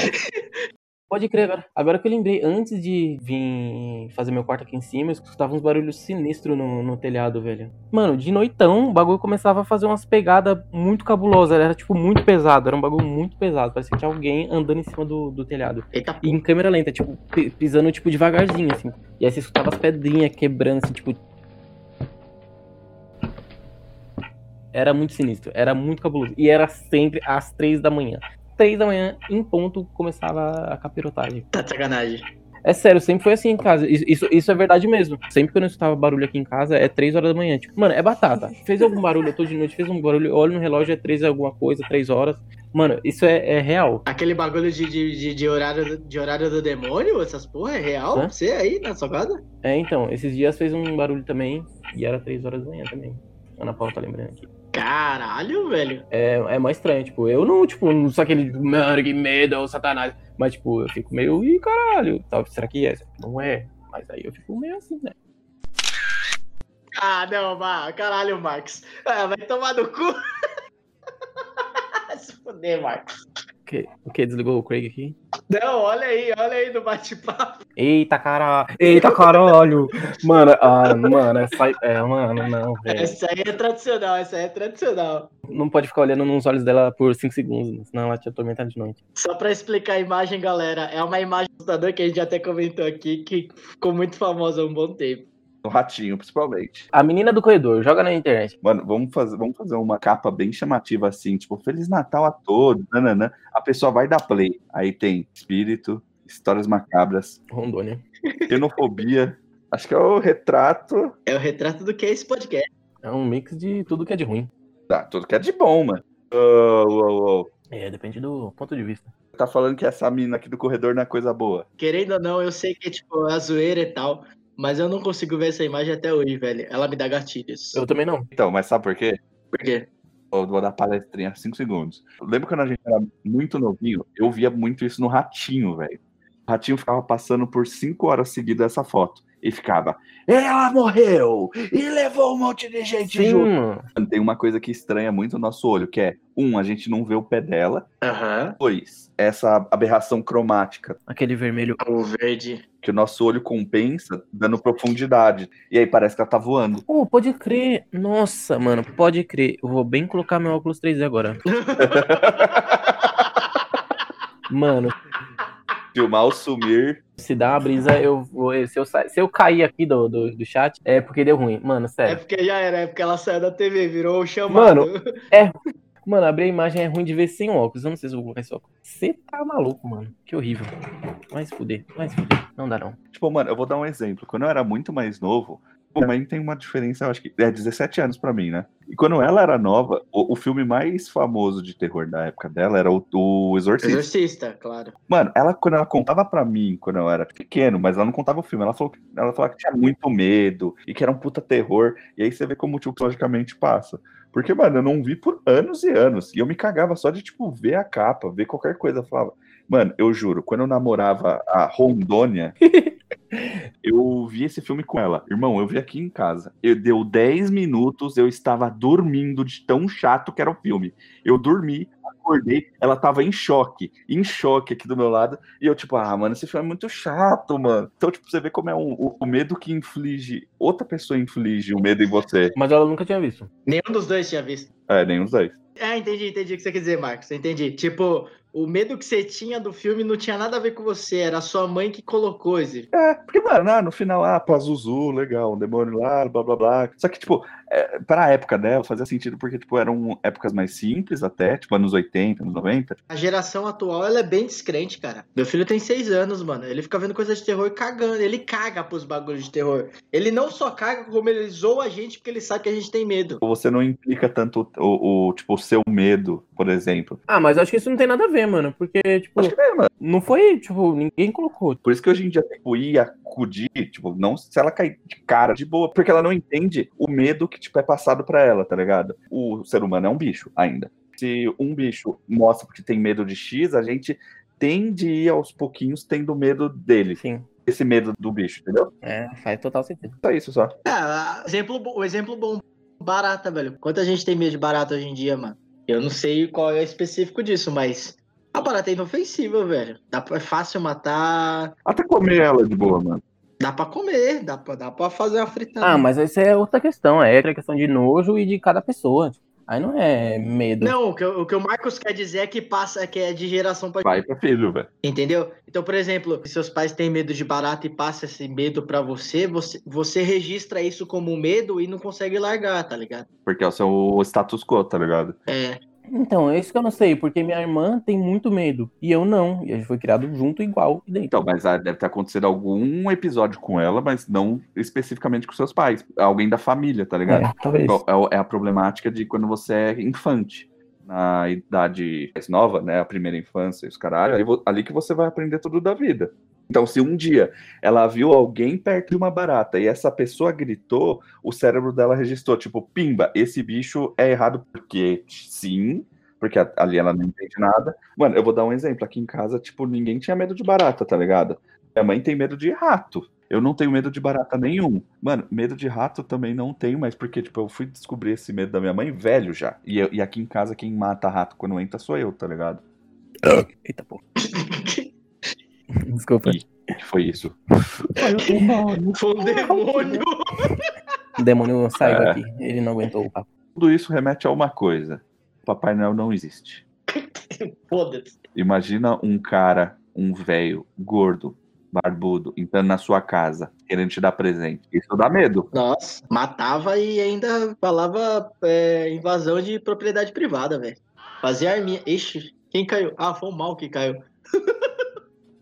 C: Pode crer agora. Agora que eu lembrei, antes de vir fazer meu quarto aqui em cima, eu escutava uns barulhos sinistros no, no telhado, velho. Mano, de noitão, o bagulho começava a fazer umas pegadas muito cabulosas. Era, tipo, muito pesado. Era um bagulho muito pesado. Parecia que tinha alguém andando em cima do, do telhado.
A: Eita,
C: E em câmera lenta, tipo, pi- pisando, tipo, devagarzinho, assim. E aí você escutava as pedrinhas quebrando, assim, tipo... Era muito sinistro. Era muito cabuloso. E era sempre às três da manhã. Três da manhã, em ponto, começava a capirotagem.
A: tá
D: Então,
A: de sacanagem.
C: É sério, sempre foi assim em casa. Isso, isso- isso é verdade mesmo. Sempre que eu não escutava barulho aqui em casa, é 3 horas da manhã. Tipo, mano, é batata. Fez algum barulho, eu tô de noite, fez algum barulho, eu olho no relógio, é 3 alguma coisa, 3 horas. Mano, isso é, é real.
A: Aquele bagulho de, de, de, de horário, de horário do demônio, essas porra, é real?
C: Hã?
A: Você aí na sua casa?
C: É, então, esses dias fez um barulho também, e era 3 horas da manhã também. Ana Paula tá lembrando aqui.
A: Caralho, velho.
C: É, é mais estranho, tipo, eu não, tipo, não sou aquele, tipo, mano, que medo, ô satanás. Mas, tipo, eu fico meio, ih, caralho, tal, será que é? Não é. Mas aí eu fico meio assim, né?
A: Ah, não, ma, caralho, Max. Ah, vai tomar no cu. Se fuder, Max.
C: O que? O que? Desligou o Craig aqui?
A: Não, olha aí, olha aí no bate-papo.
C: Eita, cara. Eita, caralho. Mano, ah, mano, essa. É, mano, não, velho.
A: Essa aí é tradicional, essa aí é tradicional.
C: Não pode ficar olhando nos olhos dela por 5 segundos, senão ela te atormenta de noite.
A: Só pra explicar a imagem, galera, é uma imagem assustadora que a gente até comentou aqui, que ficou muito famosa há um bom tempo.
D: No ratinho, principalmente.
C: A menina do corredor, joga na internet.
D: Mano, vamos fazer, vamos fazer uma capa bem chamativa assim, tipo, Feliz Natal a todos, nananã. A pessoa vai dar play. Aí tem espírito, histórias macabras,
C: Rondônia.
D: xenofobia. Acho que é o retrato.
A: É o retrato do que é esse podcast.
C: É um mix de tudo que é de ruim.
D: Tá, tudo que é de bom, mano. Ô, ô, ô.
C: É, depende do ponto de vista.
D: Tá falando que essa mina aqui do corredor não é coisa boa.
A: Querendo ou não, eu sei que é tipo a zoeira e tal, mas eu não consigo ver essa imagem até hoje, velho. Ela me dá gatilhos.
C: Eu também não.
D: Então, mas sabe por quê?
A: Por quê?
D: Eu vou dar palestrinha 5 segundos. Eu lembro quando a gente era muito novinho, eu via muito isso no Ratinho, velho. O Ratinho ficava passando por 5 horas seguidas essa foto. E ficava, ela morreu! E levou um monte de gente
C: Sim,
D: junto.
C: mano.
D: Tem uma coisa que estranha muito o nosso olho, que é, um, a gente não vê o pé dela.
A: Aham.
D: Dois, essa aberração cromática,
C: Aquele vermelho.
A: O verde.
D: que o nosso olho compensa dando profundidade. E aí parece que ela tá voando.
C: Oh, pode crer. Nossa, mano, pode crer. Eu vou bem colocar meu óculos 3D agora. mano,
D: Se o mal sumir,
C: Se dá uma brisa, eu vou. Se eu, sa- se eu cair aqui do, do, do chat, é porque deu ruim. Mano,
A: É.
C: sério.
A: porque já era, é porque ela saiu da TV, virou o chamado.
C: Mano, abrir a imagem é ruim de ver sem óculos. Eu não sei se eu vou colocar esse óculos. Você tá maluco, mano. Que horrível. Vai se fuder, vai se fuder. Não dá não.
D: tipo, mano, eu vou dar um exemplo. Quando eu era muito mais novo, Também tem uma diferença, eu acho que. É 17 anos pra mim, né? E quando ela era nova, o, o filme mais famoso de terror da época dela era o, o Exorcista.
A: Exorcista, claro.
D: Mano, ela, quando ela contava pra mim, quando eu era pequeno, mas ela não contava o filme, ela falou, que- ela falava que tinha muito medo e que era um puta terror. E aí você vê como, tipo, logicamente passa. Porque, mano, eu não vi por anos e anos. E eu me cagava só de, tipo, ver a capa, ver qualquer coisa. Eu falava, mano, eu juro, quando eu namorava a Rondônia, eu vi esse filme com ela. Irmão, eu vi aqui em casa. Eu deu 10 minutos, eu estava dormindo de tão chato que era o filme. Eu dormi, acordei, ela tava em choque, em choque aqui do meu lado. E eu, tipo, ah, mano, esse filme é muito chato, mano. Então, tipo, você vê como é um- o, o medo que inflige, outra pessoa inflige o medo em você.
C: Mas ela nunca tinha visto.
A: Nenhum dos dois tinha visto.
D: É, nem os dois.
A: Ah, entendi, entendi o que você quer dizer, Marcos. Entendi. Tipo, o medo que você tinha do filme não tinha nada a ver com você, era a sua mãe que colocou esse.
D: É, porque, mano, ah, no final, ah, pá, Zuzu, legal, um demônio lá, blá blá blá. Só que, tipo, é, pra época dela fazia sentido porque, tipo, eram épocas mais simples até, tipo, anos 80, anos 90.
A: A geração atual, ela é bem descrente, cara. Meu filho tem seis anos, mano. Ele fica vendo coisa de terror e cagando. Ele caga pros bagulhos de terror. Ele não só caga, como ele zoa a gente porque ele sabe que a gente tem medo.
D: Então, Você não implica tanto o, o, tipo, o seu medo, por exemplo.
C: Ah, mas acho que isso não tem nada a ver, mano. Porque, tipo,
D: Acho que é, mano.
C: não foi, tipo, ninguém colocou.
D: Por isso que hoje em dia, tipo, ir acudir, tipo, não se ela cair de cara, de boa, porque ela não entende o medo que, tipo, é passado pra ela, tá ligado? O ser humano é um bicho ainda. Se um bicho mostra que tem medo de X, a gente tende a ir aos pouquinhos tendo medo dele,
C: Sim.
D: esse medo do bicho, entendeu?
C: É, faz total sentido.
D: Só isso só.
A: Ah, exemplo, bo- o exemplo bom, barata, velho. Quanta gente tem medo de barata hoje em dia, mano? Eu não sei qual é o específico disso, mas a barata é inofensiva, velho. Dá pra, é fácil matar,
D: Até comer ela de boa, mano.
A: dá pra comer, dá pra, dá pra fazer uma fritada.
C: Ah, mas essa é outra questão. É outra questão de nojo e de cada pessoa. Aí não é medo.
A: Não, o que, o o que o Marcos quer dizer é que passa, que é de geração pra
D: Vai pra filho, velho.
A: Entendeu? Então, por exemplo, se seus pais têm medo de barata e passa esse medo pra você, você, você registra isso como um medo e não consegue largar, tá ligado?
D: Porque é o seu status quo, tá ligado?
A: É.
C: Então, é isso que eu não sei, porque minha irmã tem muito medo. E eu não. E a gente foi criado junto igual e dentro.
D: Então, mas ah, deve ter acontecido algum episódio com ela, mas não especificamente com seus pais. Alguém da família, tá ligado?
C: É, talvez.
D: Qual- é o- É a problemática de quando você é infante. Na idade mais nova, né? A primeira infância, e os caralho, aí vo- ali que você vai aprender tudo da vida. Então, se um dia ela viu alguém perto de uma barata e essa pessoa gritou, o cérebro dela registrou, tipo, pimba, esse bicho é errado porque sim, porque a- ali ela não entende nada. Mano, eu vou dar um exemplo. Aqui em casa, tipo, ninguém tinha medo de barata, tá ligado? Minha mãe tem medo de rato. Eu não tenho medo de barata nenhum. Mano, medo de rato eu também não tenho, mas porque, tipo, eu fui descobrir esse medo da minha mãe velho já. E, eu- e aqui em casa, quem mata rato quando entra sou eu, tá ligado?
C: Eita, pô. Desculpa.
D: Ih. O que foi isso?
A: Foi um demônio.
C: O demônio saiu
D: É.
C: aqui. Ele não aguentou o papo.
D: Tudo isso remete a uma coisa: Papai Noel não existe.
A: Foda-se.
D: Imagina um cara, um velho, gordo, barbudo, entrando na sua casa, querendo te dar presente. Isso dá medo.
A: Nossa, matava e ainda falava é, invasão de propriedade privada, velho. Fazia arminha. Ixi, quem caiu? Ah, foi o mal que caiu.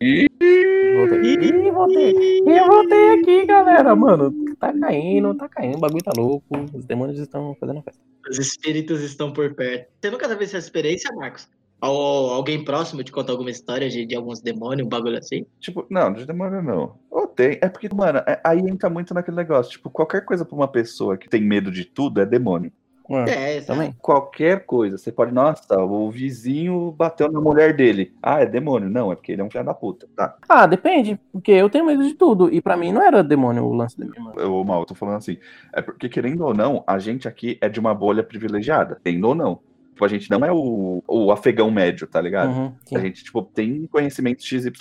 C: Voltei. Ih, voltei.
A: Ih,
C: Eu voltei aqui, galera. Mano, tá caindo, tá caindo. O bagulho tá louco. Os demônios estão fazendo a festa.
A: Os espíritos estão por perto. Você nunca teve essa experiência, Marcos? Al- alguém próximo te conta alguma história de, de alguns demônios, um bagulho assim?
D: Tipo, não, de demônio não. Ou tem. É porque, mano, é- aí entra muito naquele negócio. Tipo, qualquer coisa pra uma pessoa que tem medo de tudo é demônio.
C: Ué,
A: É, essa-
C: Ah, também.
D: qualquer coisa. Você pode, nossa, o vizinho bateu na mulher dele. Ah, é demônio. Não, é porque ele é um filho da puta. Tá.
C: Ah, depende. Porque eu tenho medo de tudo. E pra mim não era demônio o lance da minha irmã.
D: Eu, mal, eu tô falando assim. É porque, querendo ou não, a gente aqui é de uma bolha privilegiada. Querendo ou não. Tipo, a gente não é o, o afegão médio, tá ligado?
C: Uhum,
D: A
C: sim,
D: gente, tipo, tem conhecimento XYZ.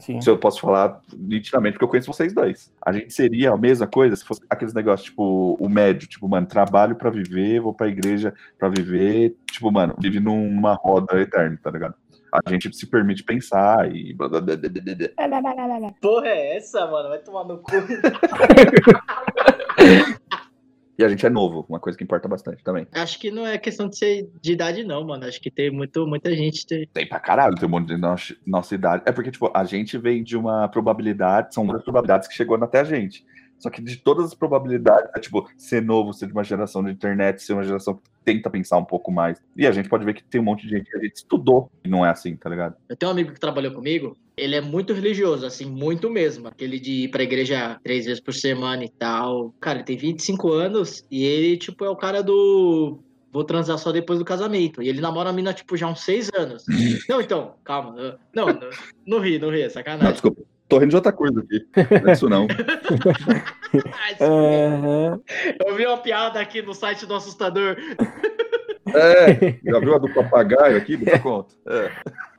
C: sim.
D: Isso eu posso falar nitidamente, porque eu conheço vocês dois. A gente seria a mesma coisa se fosse aqueles negócios, tipo, o médio, tipo, mano, trabalho pra viver, vou pra igreja pra viver, tipo, mano, vive num- numa roda eterna, tá ligado? A gente se permite pensar e. blá, blá, blá, blá, blá, É, blá.
A: Porra, é essa, mano? Vai tomar no cu.
D: E a gente é novo, uma coisa que importa bastante também.
A: Acho que não é questão de ser de idade, não, mano. Acho que tem muito, muita gente. Tem...
D: Tem pra caralho, tem um monte de nossa, nossa idade. É porque, tipo, a gente vem de uma probabilidade, são duas probabilidades que chegou até a gente. Só que de todas as probabilidades, é, tipo, ser novo, ser de uma geração de internet, ser uma geração que tenta pensar um pouco mais. E a gente pode ver que tem um monte de gente que a gente estudou e não é assim, tá ligado?
A: Eu tenho um amigo que trabalhou comigo, ele é muito religioso, assim, muito mesmo. Aquele de ir pra igreja três vezes por semana e tal. Cara, ele tem 25 anos e ele, tipo, é o cara do. Vou transar só depois do casamento. E ele namora a mina, tipo, já há uns seis anos. não, então, calma. Não, não, não ri, não ri, é
D: Não,
A: sacanagem.
D: desculpa. Tô rindo de outra coisa aqui. Não é isso não.
C: É. Aham.
A: Eu vi uma piada aqui no site do Assustador.
D: É, já viu a do papagaio aqui? Me dá conta. É.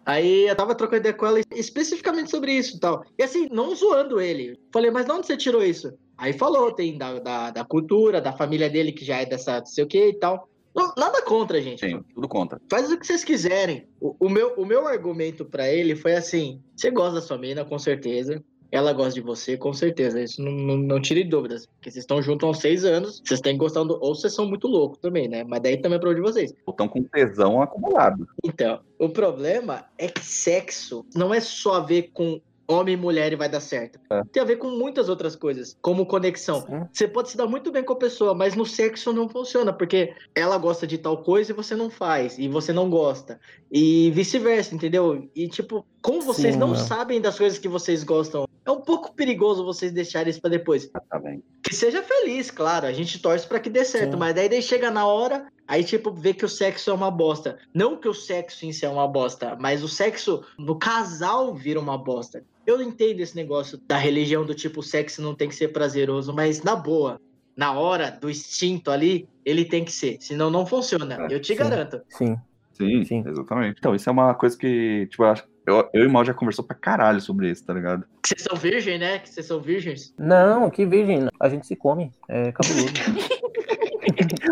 A: Aí eu tava trocando ideia com ela especificamente sobre isso e tal. E assim, não zoando ele. Falei, mas de onde você tirou isso? Aí falou, tem da, da, da cultura, da família dele que já é dessa não sei o que e tal. Não, nada contra, gente.
D: Sim, tudo contra.
A: Faz o que vocês quiserem. O, o meu, o meu argumento pra ele foi assim: você gosta da sua mina, com certeza. Ela gosta de você, com certeza. Isso não, não, não tire dúvidas. Porque vocês estão juntos há uns seis anos, vocês têm gostando. Ou vocês são muito loucos também, né? Mas daí também é problema de vocês.
D: Botão com tesão acumulado.
A: Então, o problema é que sexo não é só a ver com homem e mulher e vai dar certo.
D: É.
A: Tem a ver com muitas outras coisas, como conexão.
C: Sim.
A: Você pode se dar muito bem com a pessoa, mas no sexo não funciona, porque ela gosta de tal coisa e você não faz, e você não gosta. E vice-versa, entendeu? E tipo, como vocês
C: Sim,
A: não
C: é.
A: sabem das coisas que vocês gostam, é um pouco perigoso vocês deixarem isso pra depois.
D: Ah, Tá bem.
A: Que seja feliz, claro. A gente torce pra que dê certo,
C: Sim.
A: mas daí, daí chega na hora, aí tipo, vê que o sexo é uma bosta. Não que o sexo em si é uma bosta, mas o sexo no casal vira uma bosta. Eu entendo esse negócio da religião do tipo, o sexo não tem que ser prazeroso, mas na boa, na hora do instinto ali, ele tem que ser. Senão não funciona. Eu te
C: É, Sim.
A: garanto.
C: Sim.
D: Sim,
C: Sim.
D: exatamente. Então, isso é uma coisa que, tipo, eu, acho- eu, eu e o Mal já conversou pra caralho sobre isso, tá ligado?
A: Que Vocês são virgem, né? Que vocês são virgens.
C: Não, que virgem. A gente se come. É cabuloso.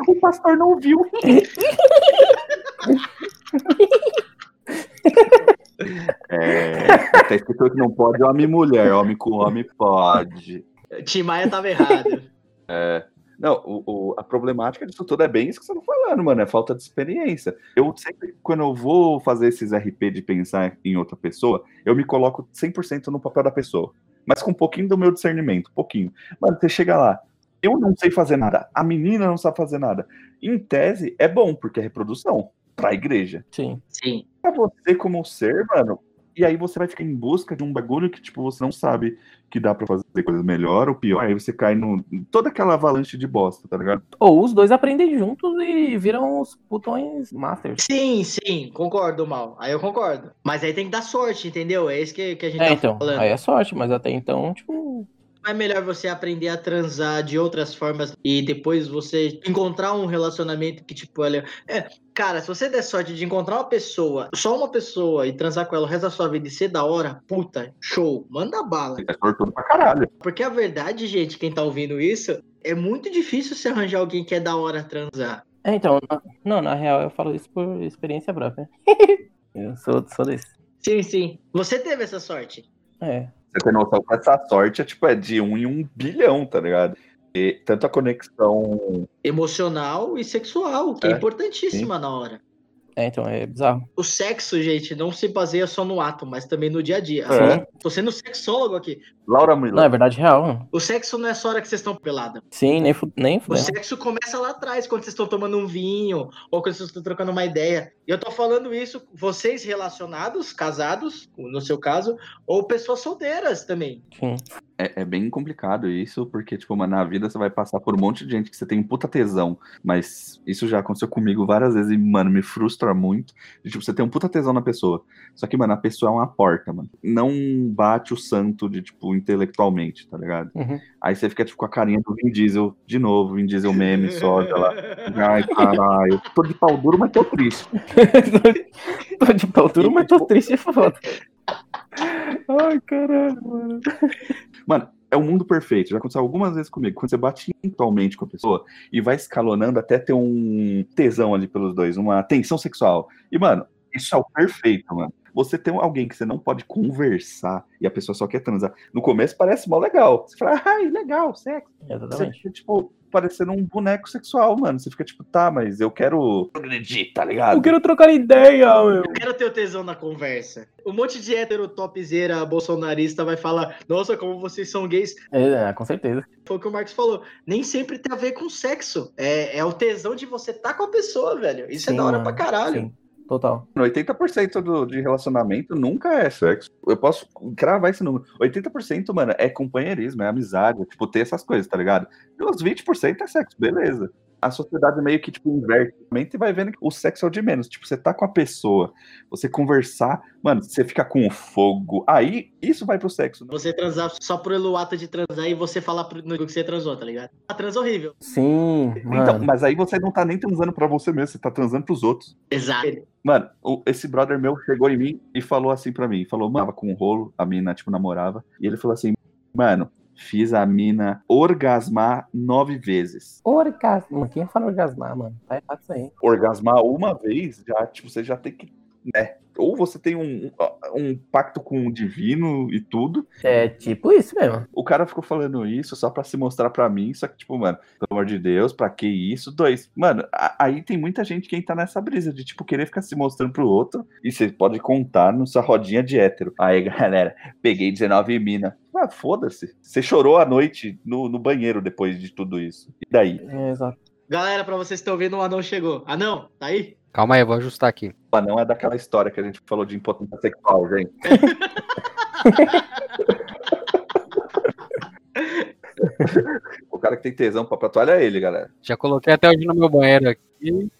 D: O pastor não ouviu. É, até escrito que não pode homem e mulher, homem com homem pode.
A: Tim Maia tava errado.
D: Não, o- o- a problemática disso tudo é bem isso que você tá falando, mano. É falta de experiência. Eu sempre, quando eu vou fazer esses RP de pensar em outra pessoa, eu me coloco 100% no papel da pessoa. Mas com um pouquinho do meu discernimento, pouquinho. Mano, você chega lá, eu não sei fazer nada, a menina não sabe fazer nada. Em tese, é bom, porque é reprodução pra igreja.
C: Sim.
A: Sim.
D: Pra você como ser, mano. E aí você vai ficar em busca de um bagulho que, tipo, você não sabe que dá pra fazer coisas melhor ou pior. Aí você cai no, em toda aquela avalanche de bosta, tá ligado?
C: Ou os dois aprendem juntos e viram os putões masters.
A: Sim, sim, concordo, Mal. Aí eu concordo. Mas aí tem que dar sorte, entendeu? É isso que, que a gente
C: É,
A: tá
C: então.
A: falando.
C: Aí é sorte, mas até então, tipo.
A: É melhor você aprender a transar de outras formas e depois você encontrar um relacionamento que, tipo, olha. É, cara, se você der sorte de encontrar uma pessoa, só uma pessoa, e transar com ela o resto da sua vida e ser da hora, puta, show, manda bala.
D: É sortudo pra caralho.
A: Porque a verdade, gente, quem tá ouvindo isso, é muito difícil se arranjar alguém que é da hora transar.
C: É, então. na- Não, na real, eu falo isso por experiência própria. eu sou, sou desse.
A: Sim, sim. Você teve essa sorte.
C: É.
D: Você tem noção que essa sorte é tipo é de um em um bilhão, tá ligado? E tanto a conexão.
A: Emocional e sexual, que é,
D: É,
A: importantíssima na hora.
C: É, então, é bizarro.
A: O sexo, gente, não se baseia só no ato, mas também no dia a dia.
D: É.
C: Sim.
A: Tô sendo sexólogo aqui.
D: Laura
C: Não, é
D: Miller.
C: verdade real.
A: O sexo não é só a hora que vocês estão pelada.
C: Sim, nem, fu- nem
A: O
C: fudendo.
A: sexo começa lá atrás, quando vocês estão tomando um vinho, ou quando vocês estão trocando uma ideia. E eu tô falando isso, vocês relacionados, casados, no seu caso, ou pessoas solteiras também.
C: Sim.
D: É, é bem complicado isso, porque, tipo, mano, na vida você vai passar por um monte de gente que você tem puta tesão. Mas isso já aconteceu comigo várias vezes e, mano, me frustra muito. E, tipo, você tem um puta tesão na pessoa. Só que, mano, a pessoa é uma porta, mano. Não bate o santo de, tipo, intelectualmente, tá ligado?
C: Uhum.
D: Aí você fica, tipo, com a carinha do Vin Diesel, de novo, Vin Diesel meme, soja lá. Ai, caralho. Tô de pau duro, mas tô triste.
C: tô de pau duro, mas tô triste e foda. Ai, caralho, mano.
D: é o mundo perfeito. Já aconteceu algumas vezes comigo. Quando você bate intelectualmente com a pessoa e vai escalonando até ter um tesão ali pelos dois, uma tensão sexual. E, mano, isso é o perfeito, mano. Você tem alguém que você não pode conversar e a pessoa só quer transar. No começo parece mó legal. Você fala, ai, legal, sexo. Você,
C: Exatamente.
D: tipo, parecendo um boneco sexual, mano. Você fica tipo, tá, mas eu quero progredir, tá ligado?
C: Eu quero trocar ideia, meu.
A: Eu quero ter o tesão na conversa. Um monte de hétero topzera bolsonarista vai falar: Nossa, como vocês são gays.
C: É, é, com certeza.
A: Foi o que o Marcos falou. Nem sempre tem a ver com sexo. É, é o tesão de você estar com a pessoa, velho. Isso é
C: Sim,
A: da hora
C: mano.
A: pra caralho.
C: Sim, total.
D: 80% do, de relacionamento nunca é sexo. Eu posso cravar esse número. 80%, mano, é companheirismo, é amizade, é, tipo, ter essas coisas, tá ligado? E uns 20% é sexo, beleza. A sociedade meio que, tipo, inverte a mente e vai vendo que o sexo é o de menos. Tipo, você tá com a pessoa, você conversar, mano, você fica com o fogo. Aí, isso vai pro sexo. né?
A: Você transar só pelo ato de transar e você falar pro- no que você transou, tá ligado? Ah, transa horrível.
C: Sim,
D: Então,
C: mano.
D: mas aí você não tá nem transando pra você mesmo, você tá transando pros outros.
A: Exato.
D: Mano, o- esse brother meu chegou em mim e falou assim pra mim, falou, mano, tava com um rolo, a mina, tipo, namorava, e ele falou assim, mano, fiz a mina orgasmar nove vezes.
C: Orgasmo. Quem fala orgasmar, mano? Tá errado isso aí.
D: Orgasmar uma vez, já, tipo, você já tem que, né, ou você tem um, um pacto com o divino e tudo,
C: É tipo isso mesmo.
D: o cara ficou falando isso só pra se mostrar pra mim, só que, tipo, mano, pelo amor de Deus, pra que isso? Dois, mano, a- aí tem muita gente que tá nessa brisa de, tipo, querer ficar se mostrando pro outro e você pode contar nessa rodinha de hétero. Aí, galera, peguei 19 mina. Ah, foda-se. Você chorou à noite no, no banheiro depois de tudo isso. E daí?
C: É, exato.
A: Galera, pra vocês que estão vendo, o anão chegou. Anão, tá aí?
E: Calma aí, eu vou ajustar aqui.
D: Ah, não é daquela história que a gente falou de impotência sexual, gente. o cara que tem tesão pra pra toalha é ele, galera.
E: Já coloquei até hoje no meu banheiro aqui.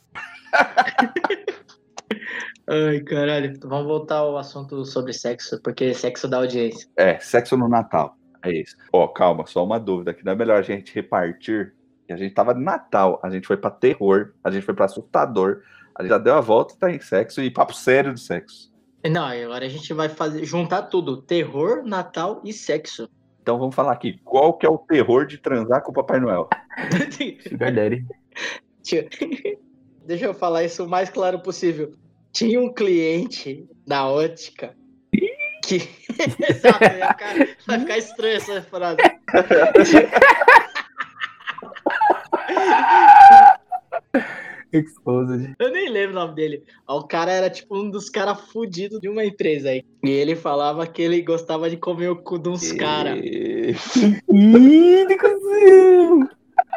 A: Ai, caralho. Vamos voltar ao assunto sobre sexo, porque sexo dá audiência.
D: É, sexo no Natal. É isso. Ó, calma, só uma dúvida que não é melhor a gente repartir. E a gente tava no Natal, a gente foi pra terror, a gente foi pra assustador, a gente já deu a volta e tá em sexo e papo sério de sexo.
A: Não, agora a gente vai fazer juntar tudo: terror, Natal e sexo.
D: Então vamos falar aqui, qual que é o terror de transar com o Papai Noel?
C: Sugar Daddy.
A: Tinha- Deixa eu falar isso o mais claro possível. Tinha um cliente da ótica que. Exato, vai ficar, vai ficar estranha essa frase.
C: Exposed.
A: Eu nem lembro o nome dele. Ó, O cara era tipo um dos caras fudidos de uma empresa aí. E ele falava que ele gostava de comer o cu de uns caras.
D: E-
C: Ih, Nicozinho!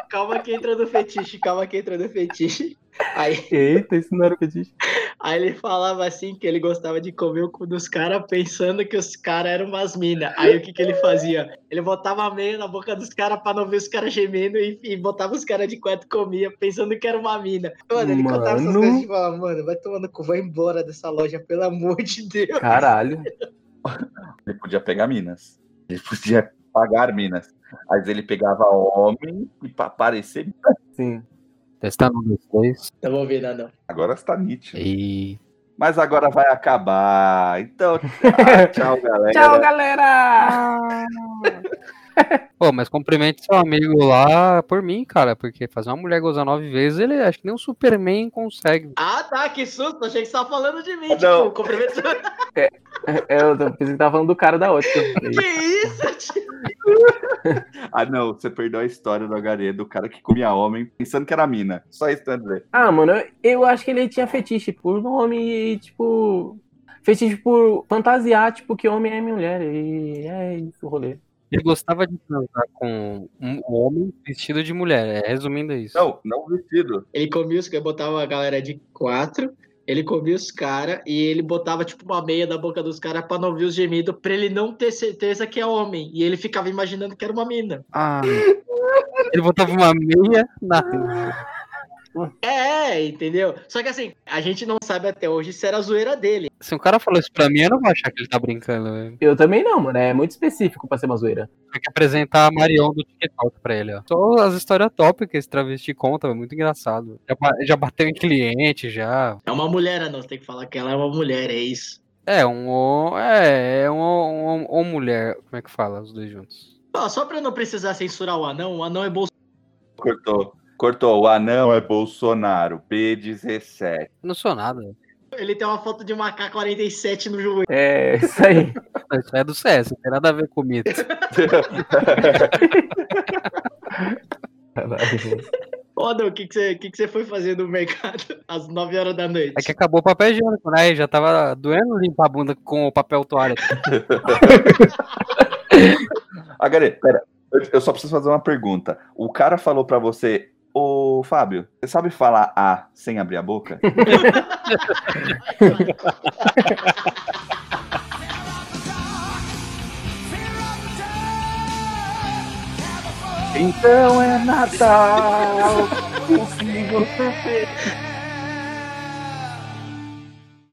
A: Calma que entra no fetiche, calma que entra no fetiche. Aí,
C: Eita, isso não era o que eu disse.
A: aí ele falava assim que ele gostava de comer o cu dos caras pensando que os caras eram umas minas. Aí o que, que ele fazia? Ele botava a meia na boca dos caras pra não ver os caras gemendo e, e botava os caras de quatro e comia pensando que era uma mina. Mano, ele contava essas
C: Mano.
A: coisas e falava, mano, vai tomando cu, vai embora dessa loja, pelo amor de Deus.
C: Caralho.
D: Ele podia pegar minas. Ele podia pagar minas. Mas ele pegava homem e pra parecer.
C: Sim.
E: Testando um, dois, três.
A: Não vou ouvir, Tá não, não.
D: Agora está nítido.
E: E.
D: Mas agora vai acabar. Então, ah, tchau, galera.
C: galera!
E: Pô, mas cumprimente seu amigo lá por mim, cara. Porque fazer uma mulher gozar nove vezes, ele acho que nem um Superman consegue.
A: Ah, tá, que susto. Achei que você tava falando de mim.
D: Ah,
A: tipo,
D: não.
A: cumprimento.
C: É, Eu pensei que tava falando do cara da outra.
A: Que isso? tio?
D: Ah, não, você perdeu a história do Agarê, do cara que comia homem pensando que era mina. Só isso, né, André?
C: Ah, mano, eu, eu acho que ele tinha fetiche por homem e, tipo. Fetiche por fantasiar, tipo, que homem é mulher. E é isso o rolê.
E: Ele gostava de transar com um homem vestido de mulher. É, resumindo isso.
D: Não, não vestido.
A: Ele comia os caras, botava a galera de quatro. Ele comia os caras e ele botava, tipo, uma meia na boca dos caras pra não ver os gemidos, pra ele não ter certeza que é homem. E ele ficava imaginando que era uma mina.
E: Ah. Ele botava uma meia na.
A: É, é, entendeu? Só que assim, a gente não sabe até hoje se era a zoeira dele.
E: Se um cara falou isso pra mim, eu não vou achar que ele tá brincando, velho.
C: Eu também não, mano. É muito específico pra ser uma zoeira.
E: Tem que apresentar a Marion do TikTok pra ele, ó. Só as histórias top que esse travesti conta, é muito engraçado. Já, ba- já bateu em cliente, já.
A: É uma mulher, não. Você tem que falar que ela é uma mulher, é isso.
E: É, um. ho- É, é um, um, um mulher. Como é que fala os dois juntos?
A: Ó, só pra eu não precisar censurar o anão, o anão é bolso.
D: Cortou. Cortou. O anão é Bolsonaro. P17.
E: Não sou nada.
A: Ele tem uma foto de um uma K-47 no joelho.
C: É isso aí.
E: Isso é do CS, não tem nada a ver com mito.
C: Caralho.
A: Ô, Adão, o que que você que que você foi fazer no mercado às 9 horas da noite?
E: É que acabou o papel higiênico, né? E já tava doendo limpar a bunda com o papel toalha.
D: Agare, pera. Eu- Eu só preciso fazer uma pergunta. O cara falou pra você, ô Fábio, você sabe falar A sem abrir a boca? então é Natal! o que você fez?